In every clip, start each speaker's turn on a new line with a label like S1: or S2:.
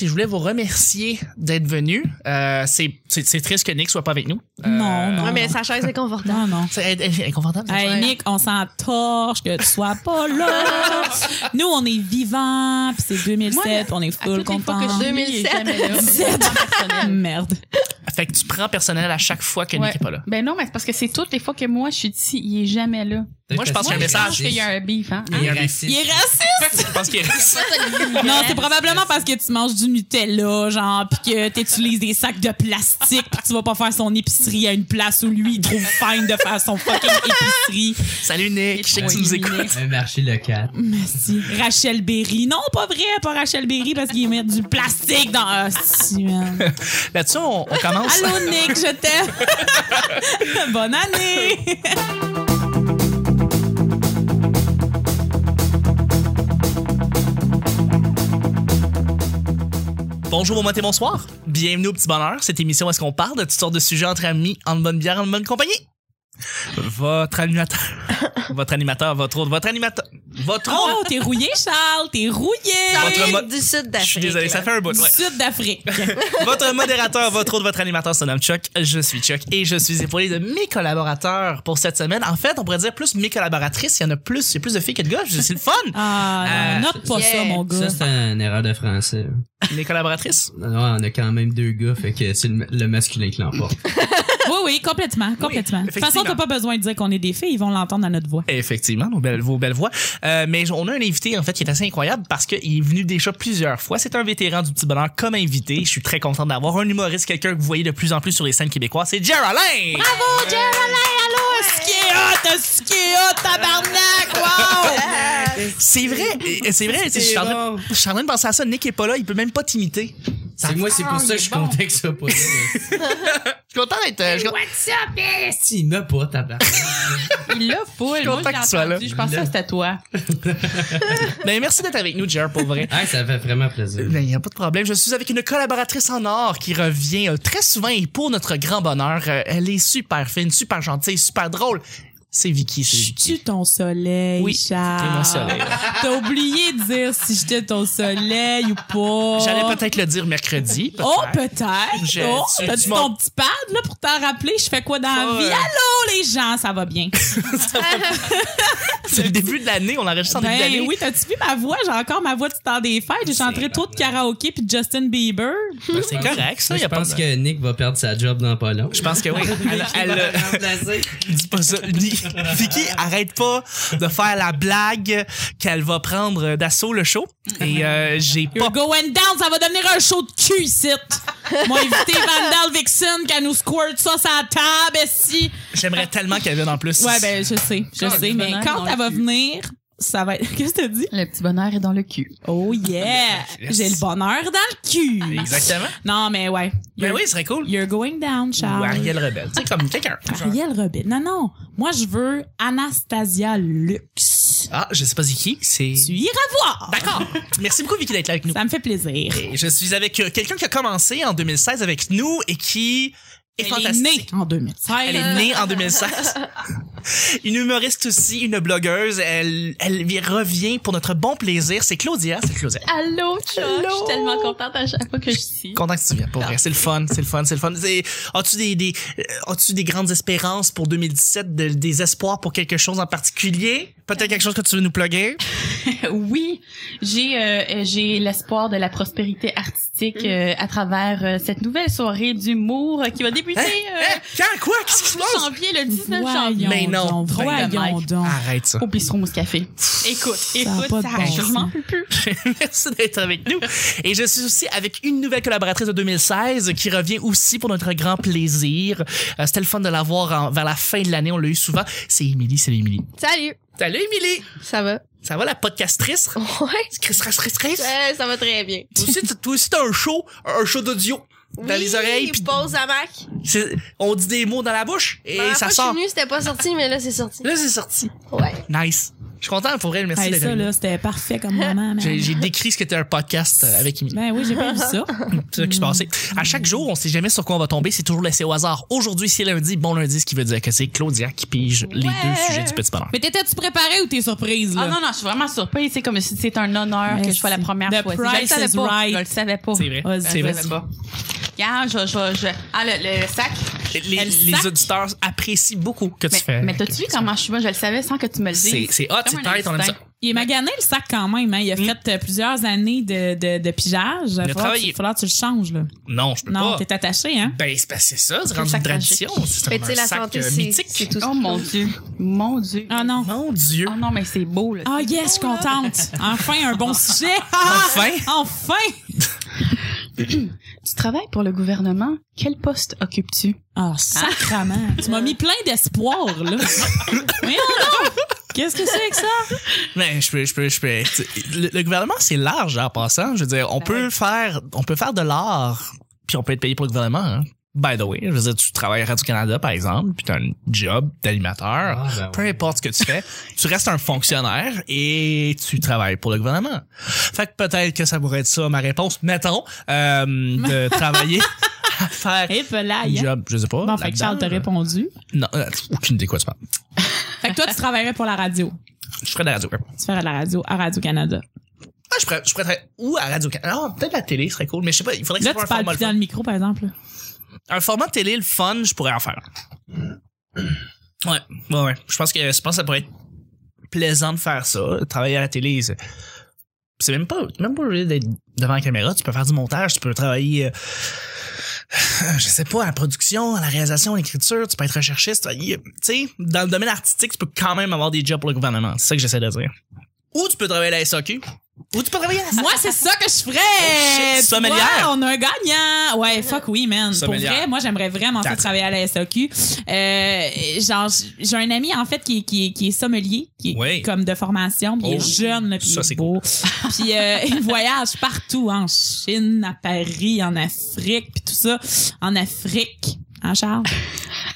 S1: et je voulais vous remercier d'être venus. Euh, c'est, c'est, c'est triste que Nick soit pas avec nous. Euh,
S2: Non, non.
S3: Ouais, mais
S2: non.
S3: sa chaise est confortable.
S2: Non, non.
S1: C'est elle- elle- elle est confortable. cette
S2: Hey,
S1: chaise?
S2: Nick, on s'en torche que tu sois pas là. Nous, on est vivants, puis c'est 2007, on est
S4: À
S2: full
S4: toutes les fois
S2: content.
S4: que je suis,
S3: 2007.
S4: il est jamais là. C'est vraiment personnel.
S2: Merde.
S1: Fait que tu prends personnel à chaque fois que
S4: Ouais.
S1: Nick est pas là.
S4: Ben non, mais c'est parce que c'est toutes les fois que moi je suis ici, il est jamais là.
S1: Moi, je pense qu'il y a un
S4: Moi, je pense
S1: message.
S4: qu'il y a un beef, hein.
S1: Il y a un
S5: raciste.
S2: Il est raciste.
S1: Je pense qu'il y a-
S2: Non, c'est probablement parce que tu manges du Nutella, genre, puis que t'utilises des sacs de plastique, puis tu vas pas faire son épicerie à une place où lui, il trouve fine de faire son fucking épicerie.
S1: Salut Nick, je sais que tu
S4: Oui,
S1: nous
S4: Nick.
S1: écoutes.
S5: Un marché local.
S1: Mm,
S2: Merci. Rachel Berry. Non, pas vrai, pas Rachel Berry, parce qu'il met du plastique dans... Ah, si, man.
S1: Là-dessus, on, on commence.
S2: Allô, Nick, je t'aime. Bonne année.
S1: Bonjour, bon matin, bonsoir. Bienvenue au Petit Bonheur. Cette émission où est-ce qu'on parle de toutes sortes de sujets entre amis, en bonne bière, en bonne compagnie. Votre animateur. votre animateur, votre autre, votre animateur. Votre autre.
S2: Oh, t'es rouillé, Charles. T'es rouillé.
S1: Votre
S3: Votre
S1: mode-
S3: du sud
S1: Je
S3: d'Afrique.
S1: suis désolé, ça
S3: là.
S1: fait un bout.
S2: Du
S1: ouais.
S2: sud d'Afrique.
S1: Votre modérateur, votre autre, votre animateur se nomme Chuck. Je suis Chuck et je suis épaulé de mes collaborateurs pour cette semaine. En fait, on pourrait dire plus mes collaboratrices. Il y en a plus. Il y a plus de filles que de gars. C'est le fun.
S2: Ah,
S1: Euh,
S2: non, note pas
S3: yeah.
S2: ça, mon
S5: Ça,
S2: gars.
S5: c'est une erreur de français.
S1: Mes collaboratrices.
S5: Non, non, on a quand même deux gars, fait que c'est le, le masculin qui l'emporte.
S2: Oui, oui, complètement, complètement. de toute façon, t'as
S1: effectivement.
S2: pas besoin de dire qu'on est des filles, ils vont l'entendre à notre voix.
S1: Effectivement, nos belles, vos belles voix. Euh, mais on a un invité, en fait, qui est assez incroyable parce qu'il est venu déjà plusieurs fois. C'est un vétéran du Petit Bonheur comme invité. Je suis très content d'avoir un humoriste, quelqu'un que vous voyez de plus en plus sur les scènes québécoises. C'est Geraldine!
S2: Oh, Ce qui est hot, ce qui est hot, tabarnak, wow!
S1: C'est vrai, et- et c'est vrai. tu sais, Je suis en train- je suis en train de penser à ça. Nick est pas là, il peut même pas t'imiter.
S5: C'est moi, c'est pour ça que
S1: Ah,
S5: je suis content que ça pas. là.
S1: Je suis content d'être... euh, je suis content- Eh,
S5: Si, il m'a pas, tabac.
S4: Il l'a full.
S1: suis
S4: Moi,
S1: content
S4: je
S1: que
S4: l'ai
S1: tu sois là.
S4: entendu. Je pensais que c'était toi.
S1: Mais Ben, merci d'être avec nous, Ger, pour vrai.
S5: Ah, ça fait vraiment plaisir.
S1: Il n'y Ben, a pas de problème. Je suis avec une collaboratrice en or qui revient euh, très souvent et pour notre grand bonheur. euh, elle est super fine, super gentille, super drôle. C'est Vicky. c'est Vicky.
S2: Tu ton soleil,
S1: Oui,
S2: Charles.
S1: t'es mon soleil.
S2: T'as oublié de dire si j'étais ton soleil ou pas.
S1: J'allais peut-être le dire mercredi. peut-être.
S2: Oh, peut-être.
S1: Je-
S2: oh,
S1: tu-
S2: t'as-tu
S1: tu m'en-
S2: ton petit pad, là, pour t'en rappeler? Je fais quoi dans la
S1: Ouais.
S2: vie? Allô, les gens, ça va bien.
S1: C'est le début de l'année, on enregistre en début d'année.
S2: Ben oui, t'as-tu vu ma voix? J'ai encore ma voix du temps des fêtes. J'ai chanté trop de karaoké puis Justin Bieber.
S1: C'est correct, ça,
S5: Moi,
S1: y a
S5: je
S1: pas
S5: pense
S1: de-
S5: que Nick va perdre sa job dans pas long.
S1: Je pense que oui. Elle, elle, dis pas ça. Ni- Vicky, arrête pas de faire la blague qu'elle va prendre d'assaut le show. Et euh, j'ai pas.
S2: You're going down, ça va devenir un show de cul ici. Moi, invité Vandal Vixen qu'elle nous squirt ça sur la table, si.
S1: J'aimerais tellement qu'elle vienne en plus.
S2: Ouais, ben, je sais, je
S4: Quand
S2: sais.
S4: le
S2: Mais
S4: bonheur
S2: quand
S4: dans
S2: elle
S4: le
S2: va
S4: cul.
S2: venir, ça va être. Qu'est-ce que t'as dit?
S4: Le petit bonheur est dans le cul.
S2: Oh yeah!
S1: Yes.
S2: J'ai le bonheur dans le cul.
S1: Ah, ben, Exactement.
S2: Non, mais ouais.
S1: Ben
S2: You're-
S1: oui, ce serait cool.
S2: You're going down,
S1: Ou
S2: Charles.
S1: Ariel Rebelle. Tu sais, comme quelqu'un.
S2: Ariel Robin. Non, non. Moi, je veux Anastasia Lux.
S1: Ah, je sais pas c'est qui. C'est.
S2: Tu iras voir.
S1: D'accord. Merci beaucoup, Vicky, d'être là avec Ben, nous.
S2: Ça me fait plaisir.
S1: Et je suis avec euh, quelqu'un qui a commencé en 2016 avec nous et qui est
S2: Elle est
S1: fantastique.
S2: née en 2016.
S1: Elle est née en 2016. Une humoriste aussi, une blogueuse. Elle, elle y revient pour notre bon plaisir. C'est Claudia. C'est Claudia.
S4: Allô, Chuck. Je suis tellement contente à chaque fois que je suis ici.
S1: Content que tu viennes, pour vrai. C'est le fun, c'est le fun, c'est le fun. C'est- As-tu des, des, euh, as-tu des grandes espérances pour 2017, de- des espoirs pour quelque chose en particulier?
S2: Euh,
S1: Peut-être quelque chose que tu veux nous plugger?
S4: Euh, Oui, j'ai euh, j'ai l'espoir de la prospérité artistique euh, à travers euh, cette nouvelle soirée d'humour euh, qui va débuter
S1: Hein?
S4: euh,
S1: Hein? Quand? Quoi? Qu'est-ce qui se passe?
S4: janvier le 19 janvier.
S2: Voyons
S1: Mais non.
S2: donc,
S1: Ben non.
S2: voyons donc.
S1: Arrête ça.
S4: Au bistrot Mouscafé. Écoute,
S2: a
S4: écoute,
S2: pas de
S4: ça,
S2: bon
S4: je
S2: sens.
S4: m'en peux plus.
S1: Merci d'être avec nous. Et je suis aussi avec une nouvelle collaboratrice de 2016 qui revient aussi pour notre grand plaisir. Euh, C'était le fun de l'avoir en- vers la fin de l'année. On l'a eu souvent. C'est Émilie, c'est Émilie.
S3: Salut,
S1: Salut Émilie!
S3: ça va?
S1: Ça va la podcastrice?
S3: Ouais.
S1: Chris, Chris, Chris, Chris?
S3: Euh, ça va très bien.
S1: Toi aussi, tu- toi aussi, t'as un show, un show d'audio dans
S3: Oui,
S1: les oreilles. Puis
S3: pause à Mac.
S1: c'est- on dit des mots dans la bouche et
S3: La
S1: ça
S3: fois que
S1: sort.
S3: Je suis venue, c'était pas sorti, mais là, c'est sorti.
S1: Là, c'est sorti.
S3: Ouais.
S1: Nice. Je suis content pour elle. Merci
S2: Hey,
S1: d'être
S2: ça,
S1: venu.
S2: là, c'était parfait comme moment, man.
S1: Ah, J'ai j'ai décrit ce qu'était un podcast euh, avec Émilie.
S2: Ben oui, j'ai pas vu ça.
S1: C'est ça
S4: Mm.
S1: qui se passait. À chaque jour, on sait jamais sur quoi on va tomber. C'est toujours laissé au hasard. Aujourd'hui, c'est lundi. Bon lundi, ce qui veut dire que c'est Claudia qui pige les
S4: Ouais.
S1: deux sujets du petit bonheur.
S2: Mais t'étais-tu préparé ou t'es surprise,
S4: Ah
S2: là?
S4: non, non, je suis vraiment surprise. C'est comme si c'était un honneur
S2: Mais
S4: que je sois la
S2: c'est-
S4: première
S2: The
S4: fois.
S2: price
S4: je le
S2: is
S4: savais pas.
S2: right.
S4: Je le savais pas.
S1: C'est vrai.
S2: Vas-y.
S4: Je
S1: C'est
S4: le
S1: vrai.
S4: savais pas. Regarde, je, je, je... Ah, le, le sac.
S1: Les, les-
S4: Elle
S1: les
S4: sac.
S1: auditeurs apprécient beaucoup que tu fais.
S4: Mais, mais t'as-tu vu comment je suis? Moi, je le savais sans que tu me le
S1: C'est
S4: dises.
S1: c'est hot,
S4: Comme
S1: c'est
S4: un
S1: tight, on aime ça.
S4: instinct.
S2: Il est magané, le sac, quand même. Hein. Il a fait euh, plusieurs années de, de, de pigeage. Il va falloir, que tu-
S1: Mm. travaillé.
S2: falloir que tu le changes, là.
S1: Non, je peux
S2: Non,
S1: pas.
S2: t'es attaché, hein?
S1: Ben, c'est ben, c'est ça, c'est rendu
S4: sac
S1: une tradition. C'est
S3: Mais
S1: comme
S3: tu sais,
S1: un
S3: la
S1: sac
S3: santé,
S1: euh,
S3: c'est c'est
S1: mythique.
S3: tout.
S4: Oh mon Dieu. Mon Dieu.
S2: Ah non.
S1: Mon Dieu.
S4: Oh non, mais c'est beau, là.
S2: Ah yes, je suis contente. Enfin, un bon sujet.
S1: Enfin.
S2: Enfin!
S4: Tu travailles pour le gouvernement. Quel poste occupes-tu?
S2: Ah, sacrament. Tu m'as mis plein d'espoir, là. Voyons donc. Qu'est-ce que c'est que ça?
S1: Ben, je peux, je peux, je peux. tu- Le, le gouvernement, c'est large hein, en passant. Je veux dire, on
S4: Ben
S1: peut faire, on peut faire de l'art, puis on peut être payé pour le gouvernement. hein. By the way, je veux dire, tu travailles à Radio Canada, par exemple, puis t'as un job d'animateur.
S5: Ah, ben
S1: peu
S5: oui.
S1: importe ce que tu fais, tu restes un fonctionnaire et tu travailles pour le gouvernement. Fait que peut-être que ça pourrait être ça ma réponse. Mettons euh, de travailler à faire
S2: Eh,
S1: un
S2: pelaille. hein?
S1: job, je sais pas.
S2: Bon, fait que
S1: là-dedans.
S2: Charles t'a répondu.
S1: Non, euh, aucune idée de quoi tu parles.
S2: Fait que toi, tu travaillerais pour la radio.
S1: Je ferais de la radio. ouais.
S2: Tu ferais de la radio à Radio-Canada.
S1: Ah, je ferais, je ferais très- ou à Radio Canada. Ah, peut-être la télé serait cool, mais je sais pas, il faudrait que
S2: Là,
S1: ce soit
S2: tu
S1: un format
S2: parles plus
S1: le
S2: dans
S1: fun.
S2: le micro, par exemple.
S1: Un format télé le fun, je pourrais en faire. Ouais, ouais, ouais. Je pense que je pense que ça pourrait être plaisant de faire ça, travailler à la télé. C'est c'est même pas même pas obligé d'être devant la caméra, tu peux faire du montage, tu peux travailler euh, je sais pas, à la production, à la réalisation, à l'écriture, tu peux être recherchiste, tu sais, dans le domaine artistique, tu peux quand même avoir des jobs pour le gouvernement, c'est ça que j'essaie de dire. Ou tu peux travailler à la SAQ, ou tu peux travailler à la
S2: Moi, c'est ça que je ferais!
S1: Oh shit,
S2: Tu
S1: sommelière.
S2: vois, on a un gagnant! Ouais, fuck oui, man.
S1: Sommelière.
S2: Pour vrai, moi, j'aimerais vraiment ça
S1: That's-
S2: travailler à la SAQ. Euh, genre, j'ai un ami, en fait, qui, est- qui, est- qui est sommelier, qui est
S1: Oui.
S2: comme de formation, puis il
S1: Oh.
S2: est jeune, là, puis
S1: Ça,
S2: il
S1: c'est
S2: est beau. puis euh, il voyage partout, en Chine, à Paris, en Afrique, puis tout ça. En Afrique. Hein, Charles?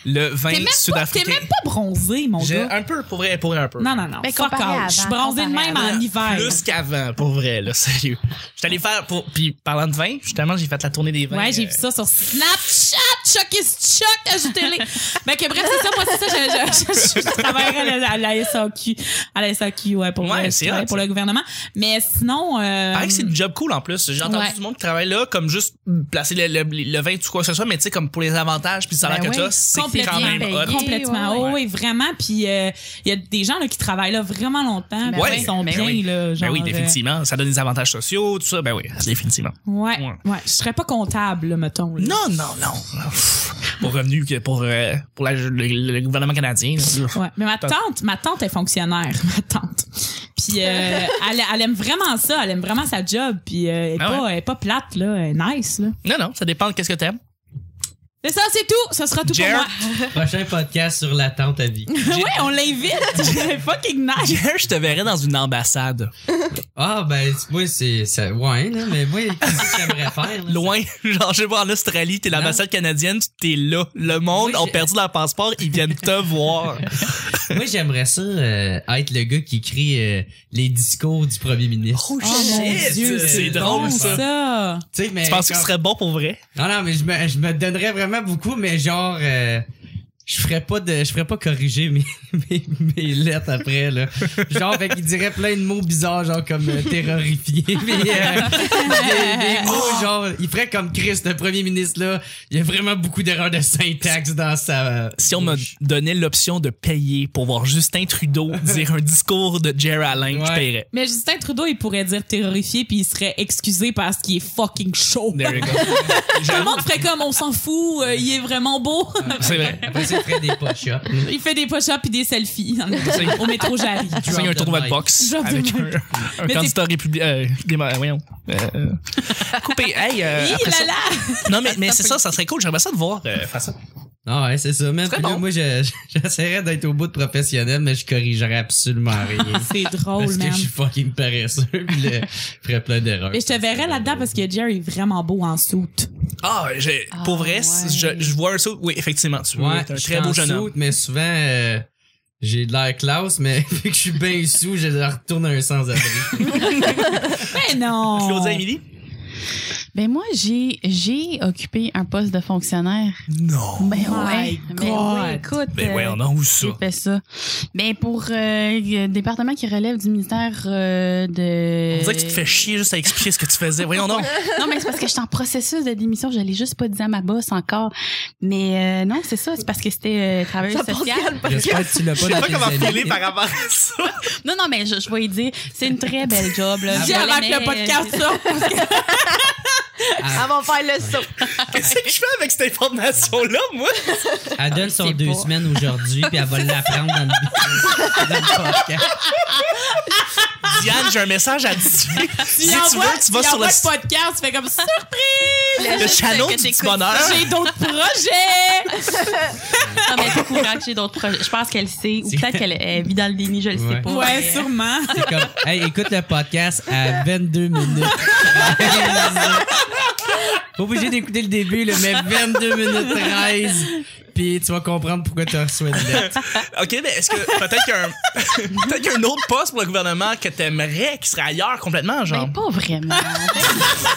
S1: le vin
S2: T'es même, pas, t'es
S1: sud-africain.
S2: même pas bronzé, mon
S1: J'ai
S2: gars.
S1: un peu pour vrai, pour vrai, un peu.
S2: Non, non, non.
S3: Mais
S2: Fuck
S3: Ben, comparé à
S2: off. Je suis
S3: avant,
S2: bronzée de
S3: comparé
S2: même
S3: à
S2: en
S3: avant.
S2: hiver.
S1: Plus qu'avant, pour vrai, là, sérieux. J'étais allé faire pour. Puis parlant de vin, justement, j'ai fait la tournée des vins.
S2: Ouais, j'ai
S1: euh,
S2: vu ça sur Snapchat. Chuck is Chuck, ajoutez-les. ben, que bref, c'est ça, moi, c'est ça, je, je, je, je travaillerais à la, à la SAQ. À la SAQ, ouais, pour,
S1: Ouais,
S2: le-
S1: c'est
S2: je travaille
S1: hot,
S2: pour
S1: ça.
S2: le gouvernement. Mais sinon, euh,
S1: Pareil que c'est une job cool en plus. J'ai entendu
S2: Ouais.
S1: du monde qui travaille là, comme juste placer le, le, le vin, tout quoi que ce soit, mais tu sais, comme pour les avantages, puis le salaire
S4: Ben
S1: que
S4: oui,
S1: t'as, c'est quand
S2: complètement
S1: même
S4: payé.
S1: hot. Ben
S2: complètement.
S4: ouais, ouais.
S2: Oh, oui, vraiment. Puis, euh, il y a des gens, là, qui travaillent là vraiment longtemps. puis
S1: Ouais,
S2: ils sont
S1: ben
S2: bien,
S1: oui.
S2: là. Genre,
S1: Ben oui,
S2: euh,
S1: définitivement. Ça donne des avantages sociaux, tout ça. Ben oui, définitivement.
S2: ouais,
S1: Ouais.
S2: ouais. Je serais pas comptable, là, mettons. là.
S1: Non, non, non. Pff, Pour revenu que pour, euh, pour la- le, le gouvernement canadien. là.
S2: Ouais. Mais ma
S1: T'as-
S2: tante, ma tante est fonctionnaire, ma tante. Puis euh, elle, elle aime vraiment ça, elle aime vraiment sa job, puis euh, elle, est
S1: Ah
S2: pas, elle est pas plate là, elle est nice là.
S1: Non, non, ça dépend de qu'est-ce que t'aimes.
S2: C'est ça, c'est tout, ça sera tout
S1: Jer-
S2: pour moi.
S5: Prochain podcast sur la tente à vie.
S2: ouais, on l'invite, fucking nice.
S1: Pierre, je te verrais dans une ambassade.
S5: Ah, ben, moi, c'est. ça- Ouais, là, mais moi, qu'est-ce que j'aimerais faire? là?
S1: loin. Genre, je vais voir en Australie, t'es l'ambassade canadienne, tu- t'es là. Le monde
S5: Oui,
S1: a
S5: j'ai-
S1: perdu leur passeport, ils viennent te voir.
S5: Moi, j'aimerais ça euh, être le gars qui écrit euh, les discours du premier ministre.
S2: Oh mon Dieu,
S1: c'est drôle
S2: bon,
S1: ça.
S2: ça.
S5: Tu sais, mais
S1: Tu penses que ce
S5: comme-
S1: serait bon pour vrai?
S5: Non, non, mais je me, je me donnerais vraiment beaucoup, mais genre, euh, je ferais pas de, je ferais pas corriger mes, mes, mes lettres après, là. Genre, fait qu'il dirait plein de mots bizarres, genre comme euh, terrorifié, mais euh, des, des mots, genre, il ferait comme Chris, le premier ministre, là. Il y a vraiment beaucoup d'erreurs de syntaxe dans sa.
S1: Si on me donnait l'option de payer pour voir Justin Trudeau dire un discours de Jerry Allen, je
S5: Ouais.
S1: paierais.
S2: Mais Justin Trudeau, il pourrait dire terrorifié puis il serait excusé parce qu'il est fucking chaud. Tout
S1: There you go.
S2: le monde ferait comme on s'en fout, euh, il est vraiment beau.
S1: C'est vrai.
S5: Après ça, il ferait des push-ups.
S2: il fait des push-ups puis des selfies dans le- au métro Jarry.
S1: Tu signes un
S5: Drop the
S1: tournoi de
S5: mic.
S1: boxe
S2: Drop the
S1: avec
S2: mic.
S1: un, un
S2: Mais
S1: candidat républicain. Euh, démo- euh, voyons. Euh, euh, coupé. Hey, euh,
S2: Hi
S1: après
S2: là
S1: ça-
S2: là.
S1: Non, mais, mais c'est ça, ça serait cool. J'aimerais ça de voir. euh, faire ça.
S5: Ah ouais, c'est ça. Même
S1: Très
S5: puis là,
S1: bon.
S5: moi, je- j'essaierais d'être au bout de professionnel, mais je corrigerais absolument rien.
S2: C'est drôle,
S5: Parce que
S2: man.
S5: je suis fucking paresseux, puis là, je ferais plein d'erreurs.
S2: Mais je te verrais là-dedans parce que Jerry est vraiment beau en soute.
S1: Ah, j'ai- pour
S4: Ah,
S1: vrai,
S4: ouais.
S1: je, je vois un saut. Oui, effectivement. Tu
S5: Ouais,
S1: es un
S5: je
S1: très beau
S5: t'en
S1: jeune homme.
S5: saute, mais souvent, euh, J'ai de l'air classe, mais vu que je suis bien sous, je leur retourne à un sans-abri.
S2: Mais non!
S1: Claudia Emily?
S4: Ben moi, j'ai j'ai occupé un poste de fonctionnaire.
S1: Non.
S4: Ben
S2: my
S4: ouais,
S2: God.
S4: ben ouais, écoute.
S1: Oh Ben ouais,
S4: euh,
S1: on a où ça?
S4: j'ai fait ça. Ben pour euh, le département qui relève du ministère euh, de.
S1: On dirait que tu te fais chier juste à expliquer ce que tu faisais. Voyons donc.
S4: Non, mais c'est parce que je suis en processus de démission. Je l'ai juste pas dit à ma boss encore. Mais euh, non, c'est ça. C'est parce que c'était euh, travailleuse
S3: Ça passe
S4: sociale.
S3: calme, parce que-
S5: J'espère que tu l'as pas
S1: Je sais
S5: dans
S1: pas
S5: tes
S1: comment
S5: années.
S1: filer par rapport à ça.
S4: Non, non, mais je, je vais y dire, c'est une très belle job. Là.
S2: J'ai
S4: Je euh,
S2: avant que
S4: l'aimais,
S2: le podcast sorte.
S3: Avant de faire le saut.
S1: Qu'est-ce que je fais avec cette information-là, moi?
S5: Elle donne son
S4: sais
S5: deux
S4: pas.
S5: semaines aujourd'hui, puis elle va l'apprendre dans le, dans le podcast.
S1: Diane, j'ai un message à dire. Si
S2: Il
S1: tu
S2: envoie-
S1: veux, tu vas
S2: il
S1: sur le,
S2: envoie podcast, tu fais comme ça.
S1: le channel du petit bonheur.
S2: J'ai d'autres projets.
S4: Non, mais c'est courant que j'ai d'autres projets. Je pense qu'elle sait, ou
S5: C'est-
S4: peut-être qu'elle euh, vit dans le déni, je le
S5: Ouais.
S4: sais pas.
S2: Ouais,
S4: mais-
S2: sûrement.
S5: C'est comme, hey, écoute le podcast à 22 minutes. Pas obligé d'écouter le début, là, mais 22 minutes 13. Puis tu vas comprendre pourquoi tu as reçu une lettre.
S1: OK, mais est-ce que peut-être qu'il y a un, peut-être qu'il y a un autre poste pour le gouvernement que t'aimerais qui serait ailleurs complètement, genre?
S4: Mais pas vraiment.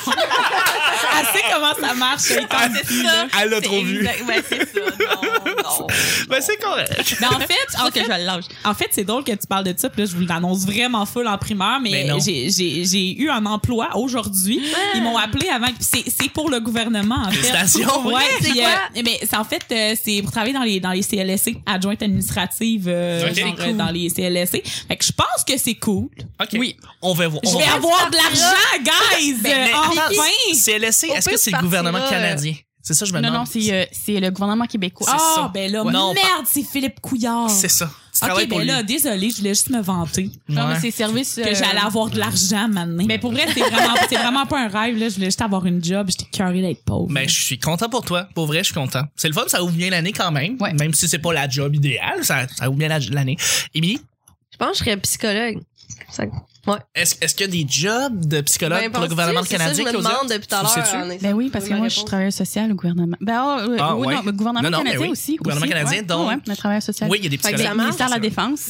S2: Elle sait comment ça marche. les temps.
S4: c'est ça.
S1: Elle l'a trop vu.
S4: exact- Ouais, c'est ça. Non, non.
S1: Ben, c'est correct.
S2: Mais en fait, en
S4: Ah, que
S2: fait,
S4: je le lâche.
S2: en fait, c'est drôle que tu parles de ça. Puis là, je vous l'annonce vraiment full en primeur, mais
S1: Mais non.
S2: j'ai- j'ai j'ai eu un emploi aujourd'hui. Ils m'ont appelé avant. puis C'est c'est pour le gouvernement, en fait.
S1: Félicitations.
S2: Ouais,
S3: C'est
S2: puis,
S3: quoi?
S2: euh, mais c'est en fait euh, c'est pour travailler dans les dans les CLSC adjointes administratives euh,
S1: Ok.
S2: genre,
S1: C'est
S2: euh, dans les CLSC. Fait que je pense que c'est cool.
S1: OK. Oui. On va voir.
S2: Je
S1: On
S2: vais
S1: va-
S2: avoir de l'argent, guys.
S1: Ben,
S2: euh,
S1: Mais-
S2: enfin.
S1: C'est laissé.
S3: On
S1: Est-ce
S3: peut
S1: que c'est
S3: se
S1: le gouvernement
S3: partir là,
S1: canadien? C'est ça, je me
S4: Non,
S1: demande.
S4: non, c'est euh, c'est le gouvernement québécois.
S1: c'est
S2: Ah,
S1: ça.
S2: ben là,
S1: Ouais. Non,
S2: merde, c'est Philippe Couillard.
S1: C'est ça. Tu
S2: Ok,
S1: travailles pour
S2: ben là,
S1: lui.
S2: désolé, je voulais juste me vanter
S4: Non,
S1: Ouais.
S4: mais c'est service. euh,
S2: que j'allais avoir de l'argent maintenant. Euh. Mais pour vrai, c'est vraiment, c'est vraiment pas un rêve, là. Je voulais juste avoir une job. J'étais curée d'être pauvre.
S1: Ben, je suis content pour toi. Pour vrai, je suis content. C'est le fun, ça ouvre bien l'année quand même.
S4: Ouais.
S1: Même si c'est pas la job idéale, ça, ça ouvre bien la- l'année. Émilie,
S3: Je pense que je serais psychologue. Ça-
S1: est-ce est-ce qu'il y a des jobs de psychologue
S3: Ben,
S1: pour le
S3: penses-tu?
S1: gouvernement
S3: C'est ça,
S1: canadien,
S3: Je me
S1: Claudia?
S3: demande depuis tout à
S1: Tu le
S3: l'heure.
S1: sais-tu?
S3: en effet.
S4: Ben oui, parce que
S3: Ma
S4: moi, je suis
S3: réponse.
S4: travailleuse sociale au gouvernement. Ben, ah, euh,
S1: Ah,
S4: oui,
S1: ouais.
S4: non, mais gouvernement
S1: Non, non, mais
S4: canadien
S1: oui.
S4: aussi.
S1: Gouvernement
S4: aussi,
S1: canadien,
S4: ouais.
S1: donc.
S4: Ouais, le travailleur social.
S1: Oui, il y a des
S3: Fait que
S1: psychologues.
S3: ça
S4: Le
S3: marche,
S4: ministère de la
S1: ça.
S4: Défense.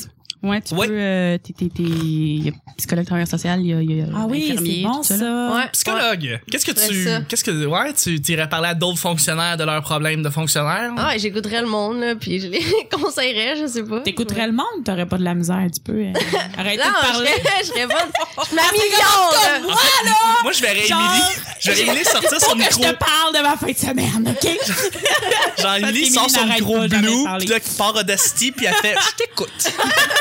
S4: Ouais, tu
S1: Ouais.
S4: peux. euh, t'es, t'es, t'es- il y a psychologue, travailleur social, il y a, il y a
S2: ah oui, c'est
S4: infirmier,
S2: bon,
S4: tout
S2: ça.
S4: là.
S3: Ouais, ouais.
S1: Psychologue, qu'est-ce que
S3: Je ferais
S1: tu.
S3: ça.
S1: Qu'est-ce que. Ouais, tu tu irais parler à d'autres fonctionnaires de leurs problèmes de fonctionnaires?
S3: Ah, et j'écouterais le monde, là, puis je les conseillerais, je sais pas.
S2: T'écouterais le monde, t'aurais pas de la misère, tu peux. hein. Arrêtez
S3: Non,
S2: de
S3: je
S2: parler.
S3: serais, je serais bonne.
S2: Oh,
S3: Je m'améliore, là.
S1: Moi, je verrais
S2: Genre-
S1: Émilie. Je verrais Émilie sortir son
S2: Faut que je
S1: micro.
S2: te parle de ma fin de semaine, OK?
S1: Genre, Émilie
S2: qu'Émilie
S1: sort son
S2: n'arrête
S1: micro
S2: pas jamais de
S1: blue,
S2: parler.
S1: puis là, qui part Audacity, puis elle fait Je t'écoute.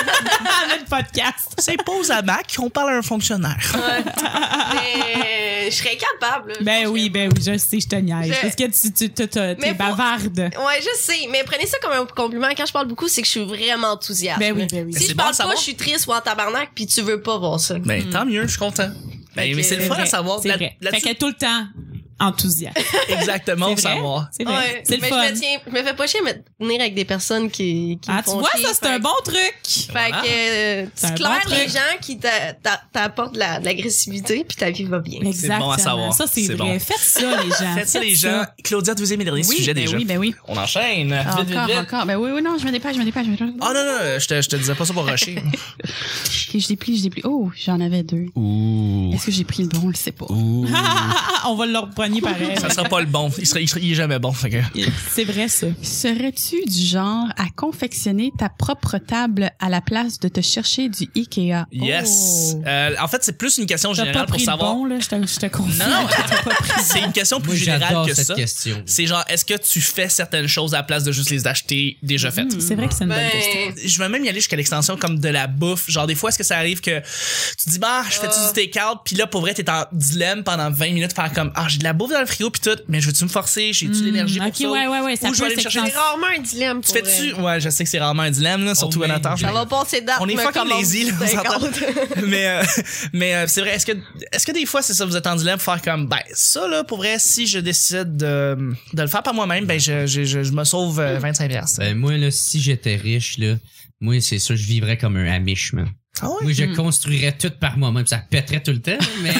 S2: Dans le podcast.
S1: C'est pose à Mac, on parle à un fonctionnaire.
S3: Ouais. Mais je serais capable. là. Je pense
S2: Ben
S3: que-
S2: oui, ben oui, je sais, je te niaise.
S3: Je-
S2: Parce que tu, tu, tu- tu- t'es
S3: Mais faut-
S2: bavarde.
S3: Ouais, je sais, mais prenez ça comme un compliment. Quand je parle beaucoup, c'est que je suis vraiment enthousiaste.
S2: Ben oui, ben oui.
S1: C'est
S3: si je
S1: bon à
S3: parle
S1: savoir.
S3: pas, je suis triste ou en tabarnak, puis tu veux pas voir ça.
S1: Ben, tant mieux, je suis content. Ben,
S3: Fait
S1: mais
S3: que
S1: c'est le
S3: c'est
S1: fun à
S2: vrai,
S1: savoir.
S2: C'est
S1: Là-
S2: vrai. Fait
S1: là-dessus,
S2: qu'elle est tout le temps enthousiaste.
S1: exactement,
S2: C'est vrai.
S1: savoir.
S2: C'est vrai.
S3: Ouais,
S2: c'est le
S3: mais
S2: fun.
S3: je me tiens, je me fais pas chier à me tenir avec des personnes qui, qui me
S2: Ah, tu
S3: font
S2: vois,
S3: chier,
S2: ça, c'est
S3: fait
S2: un
S3: que-
S2: bon truc.
S3: Fait
S1: Voilà.
S3: que euh,
S2: C'est
S3: tu
S2: un
S3: claires
S2: bon
S3: les
S2: truc.
S3: gens qui t'a- t'a- t'apportent de la- de l'agressivité, puis ta vie va bien.
S1: C'est bon à savoir.
S2: Ça, c'est
S1: C'est
S2: vrai.
S1: bon.
S2: Faites ça, les gens.
S1: Faites ça, les gens. Claudia, deuxième et dernier
S4: Oui,
S1: sujet
S4: ben
S1: déjà.
S4: oui, ben oui.
S1: On enchaîne.
S4: Encore,
S2: Ah,
S1: Vite, vite, vite.
S4: encore. Ben oui, oui, non, je me dépêche, je me dépêche, je me dépêche.
S1: Ah non, non, je te, je te disais pas ça pour rusher.
S4: Ok, je déplie, je déplie. Oh, j'en avais deux.
S1: Ouh.
S4: Est-ce que j'ai pris le bon? On le sait pas.
S1: Ouh.
S2: On va leur poigner pareil.
S1: Ça sera pas le bon. Il, sera, il, sera- il est jamais bon. Fait que...
S2: C'est vrai, ça.
S4: Serais-tu du genre à confectionner ta propre table à la place de te chercher du Ikea? Oh.
S1: Yes. Euh, en fait, c'est plus une question
S2: Oh. T'as pas
S1: générale pour
S2: pris le
S1: savoir.
S2: bon, là, je te, je te confie.
S1: Non, non.
S2: t'as pas pris.
S1: C'est une question plus
S5: Moi,
S1: générale
S5: j'adore
S1: que
S5: cette
S1: ça.
S5: question.
S1: C'est genre, est-ce que tu fais certaines choses à la place de juste les acheter déjà faites?
S2: C'est vrai que c'est une bonne
S3: Ben,
S2: question.
S1: je vais même y aller jusqu'à l'extension comme de la bouffe. Genre, des fois, est-ce que ça arrive que tu te dis, bah, je fais-tu du
S3: Ah.
S1: take-out? Puis là, pour vrai, t'es en dilemme pendant 20 minutes, faire comme, ah, j'ai de la bouffe dans le frigo, puis tout, mais je veux-tu me forcer? J'ai-tu l'énergie
S2: Hmm,
S1: pour
S2: ok,
S1: ça?
S2: ouais, ouais, ouais, ça
S1: Ou je vais
S2: peut
S1: aller me chercher
S3: c'est
S2: s'extenser.
S3: rarement un dilemme
S1: Tu
S3: pour
S1: fais-tu?
S3: vrai.
S1: Ouais, je sais que c'est rarement un dilemme, là, surtout
S5: Oh,
S1: en
S5: man.
S1: entente.
S3: Ça va passer date,
S1: On est
S3: me
S1: fucking
S3: commande
S1: lazy, là, on
S3: 50.
S1: mais euh, mais euh, c'est vrai, est-ce que, est-ce que des fois, c'est ça, vous êtes en dilemme, faire comme, ben, ça, là, pour vrai, si je décide de, de le faire par moi-même, ben, je, je, je, je me sauve euh, 25$. piastres.
S5: Ben, moi, là, si j'étais riche, là, moi, c'est sûr, je vivrais comme un amish, man.
S1: Ah ouais?
S5: Moi, je construirais tout par moi-même. Ça pèterait tout le temps, mais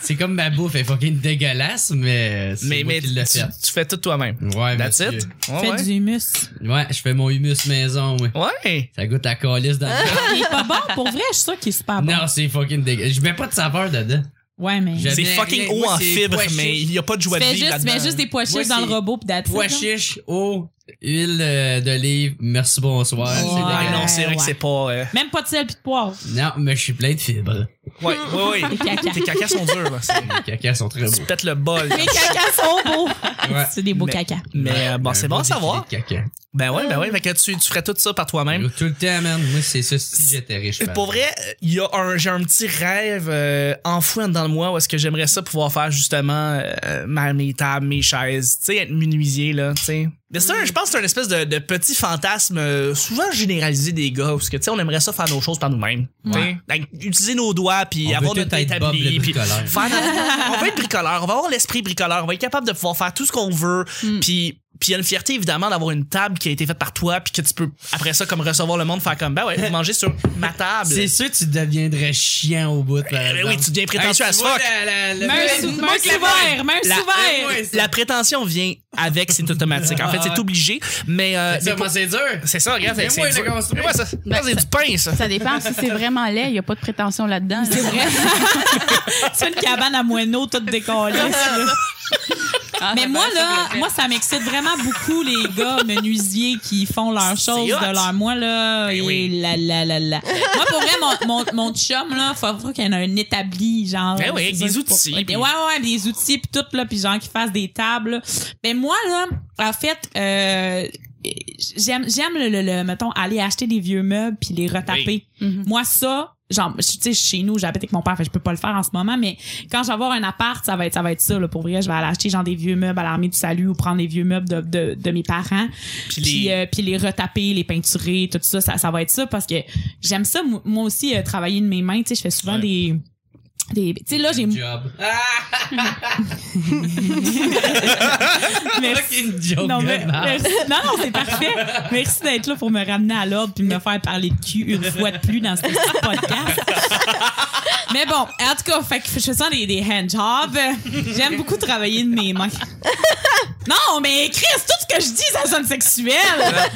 S5: C'est comme ma bouffe, elle est fucking dégueulasse, mais c'est
S1: Mais,
S5: moi
S1: mais
S5: qui
S1: tu,
S5: l'ai fait.
S1: tu fais tout toi-même.
S5: Ouais,
S1: That's
S5: monsieur.
S1: it. Ouais,
S2: Fais
S1: ouais.
S2: du humus.
S5: Ouais, je fais mon humus maison, ouais.
S1: Ouais.
S5: Ça goûte la calice dans le-
S2: Il est pas bon. Pour vrai, je suis sûre qu'il est super Ah bon.
S5: Non, c'est fucking dégueulasse. Je mets pas de saveur dedans.
S2: Ouais, mais.
S5: J'aime
S1: C'est
S5: bien
S1: fucking
S5: rien.
S1: haut
S5: Moi,
S1: en
S5: c'est
S1: fibres,
S5: pois chiches.
S1: mais il y a pas de
S2: Tu
S1: joie de
S2: fais
S1: vivre
S2: juste, tu
S1: là-dedans.
S2: mets juste des pois chiches
S5: Moi,
S2: dans
S5: c'est
S2: le robot pis d'attitude.
S5: Pois chiche, eau, huile euh, d'olive, merci, bonsoir. c'est
S2: Ouais.
S1: Ouais, non,
S5: dégueulasse.
S1: c'est vrai que
S2: Ouais.
S1: c'est pas... euh,
S2: Même pas de sel pis de poivre.
S5: Non, mais je suis plein de fibres.
S1: Ouais, ouais, ouais.
S2: Des cacas.
S1: Tes cacas sont durs. là. C'est-
S5: Les cacas sont très
S1: Tu
S5: beaux.
S1: pètes le bol.
S2: Les cacas sont beaux.
S5: Ouais.
S2: C'est des beaux
S1: Mais-
S2: cacas.
S1: Mais euh, bon,
S5: Un
S1: c'est bon à
S5: défilé
S1: savoir.
S5: de caca.
S1: Ben ouais, ben ouais. Fait que tu, tu ferais tout ça par toi-même.
S5: Tout le temps, man. Moi, c'est ça si j'étais riche.
S1: Et
S5: man.
S1: Pour vrai, il y a un, j'ai un petit rêve euh, enfoui dans le moi où est-ce que j'aimerais ça pouvoir faire justement euh, ma- mes tables, mes chaises, tu sais, être menuisier là, tu sais. Mais c'est un, je pense, que c'est un espèce de, de petit fantasme euh, souvent généralisé des gars parce que tu sais, on aimerait ça faire nos choses par nous-mêmes, tu sais. Like, utiliser nos doigts puis
S5: On
S1: avoir
S5: veut
S1: notre
S5: tout être Bob le
S1: établi, puis
S5: bricoleur.
S1: faire notre- on va être bricoleur, on va avoir l'esprit bricoleur, on va être capable de pouvoir faire tout ce qu'on veut,
S5: Hmm.
S1: puis puis il y a une fierté évidemment d'avoir une table qui a été faite par toi puis que tu peux après ça comme recevoir le monde faire comme ben ouais vous mangez sur ma table
S5: C'est sûr, tu deviendrais chiant au bout. par
S1: euh, Eh ben oui,
S5: exemple.
S1: tu deviens prétentieux
S5: Hey,
S1: à
S5: tu
S1: ce
S5: vois
S1: fuck.
S5: la- la- la-
S2: Mets un
S5: la-
S2: sou- mets un souverain, mets un
S1: La-
S2: souverain.
S5: c'est-
S1: La prétention vient avec, c'est automatique. En fait, c'est obligé, mais, euh,
S5: Ah. C'est
S1: mais
S5: ça,
S1: pour-
S5: moi, c'est dur.
S1: c'est ça, regarde, c'est
S5: Fais-moi
S1: dur.
S5: une Ben, construire.
S1: Fais-moi ça, Ça, c'est du pain ça.
S4: Ça dépend si c'est vraiment laid, il n'y a pas de prétention là-dedans. là.
S2: C'est vrai. C'est une cabane à moineaux toute décollée. ça, là.
S4: Ah,
S2: Mais
S4: ça
S2: moi,
S4: va, ça,
S2: là,
S4: je le
S2: moi, ça m'excite vraiment beaucoup, les gars menuisiers qui font leurs
S1: C'est
S2: choses
S1: hot.
S2: de leur moi, là.
S1: Ben
S2: et
S1: oui.
S2: la, la, la, la. Moi, pour vrai, mon, mon, mon chum, là, faut faut qu'il y en ait un établi, genre.
S1: Ben oui, avec
S2: c'est
S1: des
S2: ça, c'est
S1: outils,
S2: pour-
S1: puis-
S2: Ouais, ouais, des outils, puis tout, là, puis genre, qu'ils fassent des tables, là. Ben, moi, là, en fait, euh, j'aime, j'aime le, le, le, mettons, aller acheter des vieux meubles puis les retaper.
S4: Mhm.
S2: Moi, ça, genre, je- tu sais, chez nous, j'habite avec mon père, fait que je peux pas le faire en ce moment, mais quand je vais avoir un appart, ça va être ça, va être ça, là, pour vrai. Je vais aller acheter, genre, des vieux meubles à l'armée du salut ou prendre des vieux meubles de, de, de mes parents.
S1: Puis
S2: Puis,
S1: les-
S2: euh, puis les retaper, les peinturer, tout ça, ça, ça va être ça parce que j'aime ça, mo- moi aussi, euh, travailler de mes mains, tu sais, je fais souvent
S1: Ouais.
S2: des, des, tu sais, là, j'ai,
S5: Job. Ah,
S2: merci.
S5: fucking job.
S2: Non, mais,
S5: gars.
S2: merci. non, non, c'est parfait. Merci d'être là pour me ramener à l'ordre puis de me faire parler de cul une fois de plus dans ce petit podcast. Mais bon, en tout cas, fait que je fais ça des, des handjobs. J'aime beaucoup travailler de mes mains. Non, mais Chris, tout ce que je dis, ça sonne sexuel.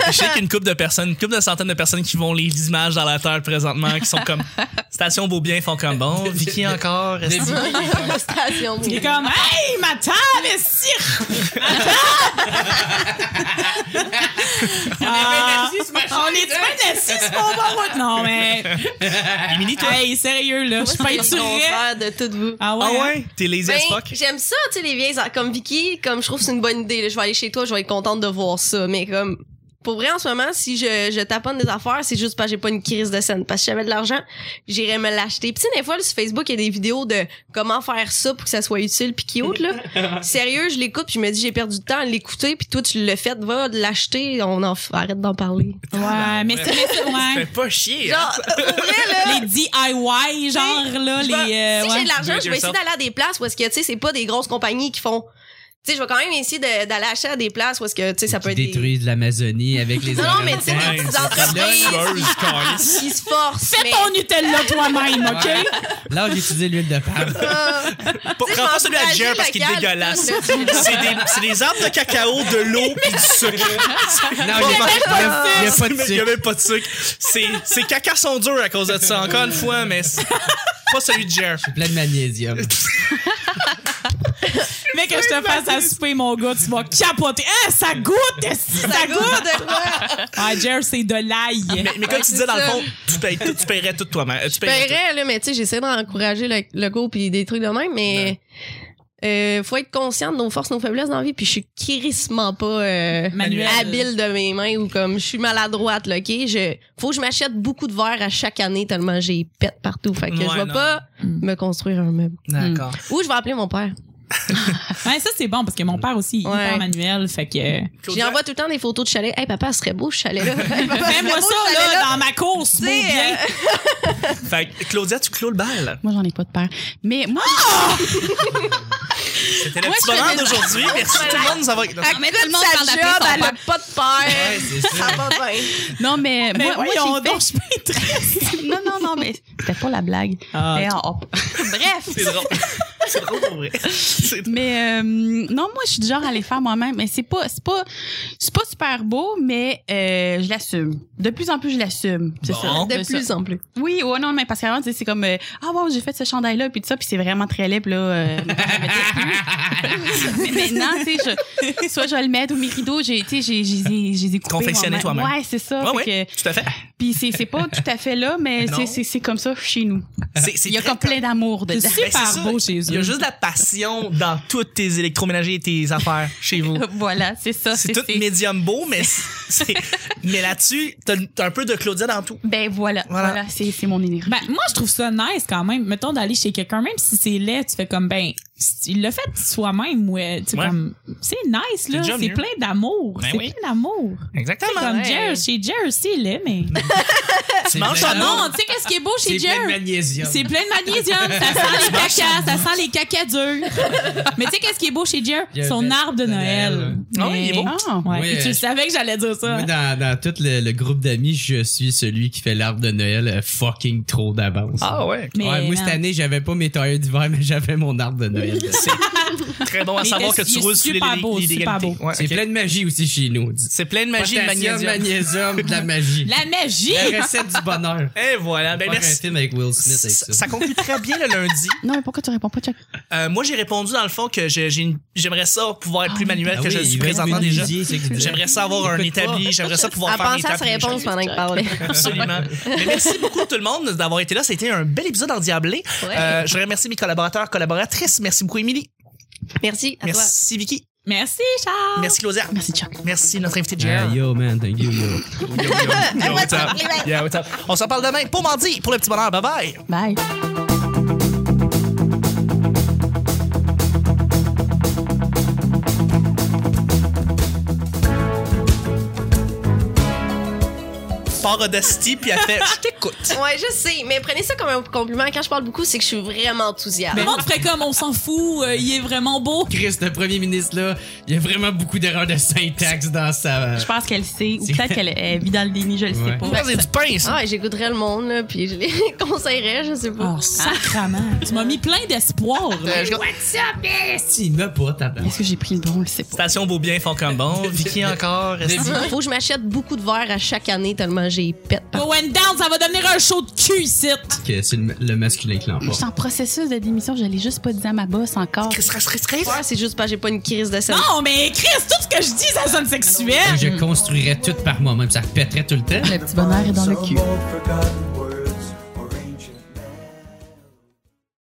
S1: Je sais qu'il y a une couple de personnes, une couple de centaines de personnes qui vont les images dans la terre présentement, qui sont comme Station Beaubien font comme bon, Vicky encore. est-ce que-
S3: Station.
S2: Il est comme, hey, ma table est cire! Ma table! Ah, on est
S3: hein.
S2: bien assis sur mon bon route. Non, mais.
S1: Émilie, toi?
S2: Hey, sérieux, là, je
S3: Moi, c'est le
S2: peinturais.
S3: contraire de toutes vous.
S2: Ah ouais?
S1: Ah
S2: hein?
S1: ouais? T'es lazy
S3: Ben,
S1: as fuck?
S3: j'aime ça, tu sais, les vieilles, comme Vicky, comme je trouve que c'est une bonne idée. là. Je vais aller chez toi, je vais être contente de voir ça. Mais comme, pour vrai, en ce moment, si je, je taponne des affaires, c'est juste parce que j'ai pas une crise de scène. Parce que si j'avais de l'argent, j'irais me l'acheter. Puis tu sais, des fois, là, sur Facebook, il y a des vidéos de comment faire ça pour que ça soit utile puis qui autre, là. Sérieux, je l'écoute puis je me dis, j'ai perdu du temps à l'écouter puis toi, tu le fais, va l'acheter, on en f- arrête d'en parler.
S2: Ouais, mais c'est mais c'est-
S1: Fais
S2: ouais.
S1: pas chier. hein?
S3: Genre, pour vrai, là.
S2: Les DIY, genre, là,
S3: Je
S2: les.
S3: vais-
S2: euh,
S3: si j'ai
S2: ouais.
S3: de l'argent,
S1: Do it
S3: je vais essayer
S1: yourself.
S3: d'aller à des places où est-ce que, tu sais, c'est pas des grosses compagnies qui font. Tu sais, je vais quand même essayer de- d'aller acheter à des places où est-ce que, tu sais, ça peut
S5: Qui
S3: être. des-
S5: détruisent l'Amazonie avec les
S3: Non, non, mais tu sais,
S5: Américains.
S3: des petites
S1: Ouais,
S3: entreprises
S1: Tueuse, calice.
S3: qui se forcent.
S2: Fais
S3: mais-
S2: ton Nutella toi-même, OK?
S5: Ouais. Là, j'ai utilisé l'huile de palme.
S3: Euh,
S1: Pas-
S3: Tu sais,
S1: Prends pas celui à
S3: encourager
S1: Jer
S3: le
S1: parce qu'il est
S3: local,
S1: dégueulasse.
S3: tout,
S1: C'est des, c'est des arbres de cacao, de l'eau puis du sucre.
S5: Non, il y a pas- il y a- il y a pas de
S1: Il y a
S5: sucre.
S1: même pas de sucre. Ces ces cacas sont durs à cause de ça, encore une fois, mais c'est pas celui de Jer.
S5: Plein de magnésium.
S2: Mais que je te fasse à souper, mon gars, tu vas capoter. Hein, ça goûte, si, ça goûte! Ah, Jer, c'est de l'ail.
S1: Mais, mais comme
S3: Ouais,
S1: tu
S3: c'est
S1: disais, dans le
S3: ça.
S1: fond, tu, payes tout, tu paierais tout toi-même. Euh, Tu
S3: Je
S1: paierais
S3: paierais, Ben, là, mais tu sais, j'essaie d'encourager le, le go puis des trucs de même, mais. euh, faut être conscient de nos forces, nos faiblesses dans la vie, puis je suis crissement pas euh,
S2: Manuel.
S3: habile de mes mains ou comme je suis maladroite, là, ok? Je, faut que je m'achète beaucoup de verres à chaque année tellement j'ai pète partout. Fait que
S1: Ouais,
S3: je vais
S1: non.
S3: pas me construire un meuble.
S1: tout. D'accord.
S3: Ou je vais appeler mon père.
S2: Ouais, Ben, ça, c'est bon parce que mon père aussi, il est hyper
S3: Ouais.
S2: manuel. Fait que. euh,
S3: J'envoie Mmh. envoie tout le temps des photos de chalet. Hey, papa, ce serait beau, ce chalet-là. Hey, papa, ce serait
S2: Fais-moi
S3: beau, ce
S2: ça, là, euh,
S3: chalet-là.
S2: dans ma course, mon
S3: Tu sais,
S2: bien.
S1: Fait que, Claudia, tu clôt le bal.
S4: Moi, j'en ai pas de père. Mais moi,
S1: C'était le
S4: Moi,
S1: petit
S4: je fais
S1: bonheur
S4: des-
S1: d'aujourd'hui. Merci tout le monde de nous avoir. Non,
S3: Elle
S4: mais tout le
S3: coûte
S4: monde
S3: sa
S4: parle d'appeler
S3: job,
S4: son
S3: elle a pas de père.
S5: Ouais, c'est ça.
S3: Ça va bien.
S4: non,
S2: Mais
S4: mais, moi, moi,
S2: Ben, voyons
S4: j'ai
S2: donc, je
S4: fait-
S2: peux être-
S4: Non, non, non, mais c'était pas la blague.
S2: Ah,
S4: Eh, on- Bref,
S1: C'est drôle. C'est drôle pour vrai. C'est-
S4: Mais euh, non, moi, je suis du genre à les faire moi-même. Mais c'est pas, c'est pas, c'est pas super beau, mais euh, je l'assume. De plus en plus, je l'assume. C'est
S1: Bon.
S4: ça.
S3: De
S4: C'est ça.
S3: plus en plus.
S4: Oui, ouais, non, mais parce qu'avant, tu sais, c'est comme euh, ah wow, j'ai fait ce chandail là, puis tout ça, puis c'est vraiment très laid, puis là. euh, mais maintenant, tu sais, je- soit je vais le mettre ou mes rideaux, j'ai, tu sais, j'ai, j'ai, j'ai, j'ai découpé
S1: Confectionné
S4: moi-même.
S1: toi-même.
S4: Ouais, c'est ça.
S1: Ouais,
S4: fait
S1: ouais,
S4: que-
S1: tout à fait.
S4: puis c'est, c'est pas tout à fait là, mais
S1: Non.
S4: c'est, c'est, c'est comme ça chez nous.
S1: C'est- c'est
S4: Il y a
S1: très
S4: comme plein d'amour dedans.
S2: C'est
S1: Ben,
S2: super
S1: c'est ça.
S2: beau chez eux.
S1: Il y a juste de la passion dans tous tes électroménagers et tes affaires chez vous.
S4: Voilà, Ah, c'est ça.
S1: C'est tout médium beau, mais c'est- mais là-dessus, t'as t'as un peu de Claudia dans tout.
S4: Ben voilà,
S1: Voilà.
S4: voilà, c'est, c'est mon énergie.
S2: Ben, moi, je trouve ça nice quand même. Mettons d'aller chez quelqu'un, même si c'est laid, tu fais comme, ben, si- il l'a fait soi-même, ouais. Tu sais,
S1: Ouais.
S2: comme, c'est nice, là.
S1: déjà
S2: C'est
S1: mieux.
S2: plein d'amour.
S1: Ben
S2: c'est
S1: oui.
S2: plein d'amour. C'est
S1: Exactement.
S2: comme
S3: ouais.
S2: Jer, chez Jer aussi, il est, mais.
S5: C'est
S1: manges
S5: plein
S1: ton
S5: d'amour.
S2: non, tu sais, qu'est-ce qui est beau
S5: C'est
S2: chez
S5: plein
S2: Jer?
S5: de magnésium.
S2: C'est plein de magnésium, ça sent les cacas, ça sent les cacas durs. Mais tu sais, qu'est-ce qui est beau chez Jer?
S5: Il y a
S2: Son
S5: le-
S2: arbre de
S5: de
S2: Noël.
S5: Noël.
S1: Ah oui, il est beau.
S4: Ah,
S2: Ouais.
S5: Oui,
S2: Et tu
S5: euh,
S2: le savais que j'allais dire ça.
S5: Moi, dans, dans tout le, le groupe d'amis, je suis celui qui fait l'arbre de Noël euh, fucking trop d'avance.
S1: Ah ouais.
S2: Mais
S5: Ouais, moi,
S2: non.
S5: cette année, j'avais pas mes tailleurs d'hiver, mais j'avais mon arbre de Noël.
S1: C'est très bon à
S2: Mais
S1: savoir
S2: il
S1: que
S2: est
S1: tu roules sur les
S2: super beau,
S1: les- les
S2: super
S1: légalités.
S2: beau.
S1: Ouais,
S5: C'est
S1: ok.
S5: plein de magie aussi chez nous.
S1: C'est plein de magie de
S5: Potassium,
S1: magnésium.
S5: magnésium, de la magie.
S2: La magie!
S5: La recette du bonheur.
S1: Et voilà. Ben
S5: Faire un
S1: merci.
S5: film avec Will Smith avec
S1: Ça
S5: ça.
S1: ça conclut très bien le lundi.
S4: Non, mais pourquoi tu réponds pas, Chuck?
S1: Euh, moi, j'ai répondu dans le fond que j'ai- j'ai une- j'aimerais ça pouvoir être plus manuel
S5: Ah
S1: que
S5: oui,
S1: je le suis
S5: il va être
S1: présentement déjà.
S5: menuisier, c'est que-
S1: J'aimerais ça avoir un
S5: Écoute pas.
S1: établi, j'aimerais ça pouvoir
S3: À
S1: faire
S3: penser à sa
S1: mes tapis,
S3: réponse pendant qu'il parlait.
S1: Absolument. Mais merci beaucoup tout le monde d'avoir été là. C'était un bel épisode endiablé.
S3: Ouais.
S1: Euh, je remercie mes collaborateurs, collaboratrices. Merci beaucoup, Émilie.
S3: Merci à toi.
S1: Merci, Vicky.
S2: Merci, Charles!
S1: Merci, Claudia.
S4: Merci, Chuck.
S1: Merci, notre invité,
S5: Ah,
S1: Jerry.
S5: yo, man, thank you, yo.
S1: On s'en parle demain pour mardi, pour le petit bonheur. Bye bye.
S4: Bye.
S1: Part Audacity, puis elle fait Je t'écoute.
S3: Ouais, je sais, mais prenez ça comme un compliment. Quand je parle beaucoup, c'est que je suis vraiment enthousiaste.
S2: Le monde ferait comme, on s'en fout, euh, il est vraiment beau.
S5: Chris, le premier ministre, là, il y a vraiment beaucoup d'erreurs de syntaxe dans sa.
S4: Je pense qu'elle sait, ou
S5: C'est-
S4: peut-être qu'elle euh, vit dans le déni, je le sais
S5: Ouais.
S4: pas.
S1: C'est du pain, ça.
S3: Ah, ouais, j'écouterais le monde, là, puis je les conseillerais, je sais pas.
S2: Oh, sacrement. Tu m'as mis plein d'espoir. là.
S1: Euh, je-
S5: Si, il me pas, ta
S4: Est-ce que j'ai pris le bon, je le sais pas.
S1: Station Beaubien, font comme bon. Vicky encore. est-ce
S5: Ah,
S1: que-
S3: Faut que je m'achète beaucoup de verres à chaque année tellement j'ai pète.
S2: Going down, ça va devenir un show de cul ici.
S5: que c'est le, le masculin qui
S4: Je suis
S5: l'emporte.
S4: en processus de démission, je l'ai juste pas dit à ma boss encore.
S1: Chris, Chris, Chris, Chris.
S3: Ouais, c'est juste parce que j'ai pas une crise de scène.
S2: Non, mais ben, Chris, tout ce que je dis, ça sonne sexuel.
S5: Je construirais tout par moi-même, ça pèterait tout Mm. le temps.
S4: Le petit bonheur est dans le
S6: Some
S4: cul.
S6: old forgotten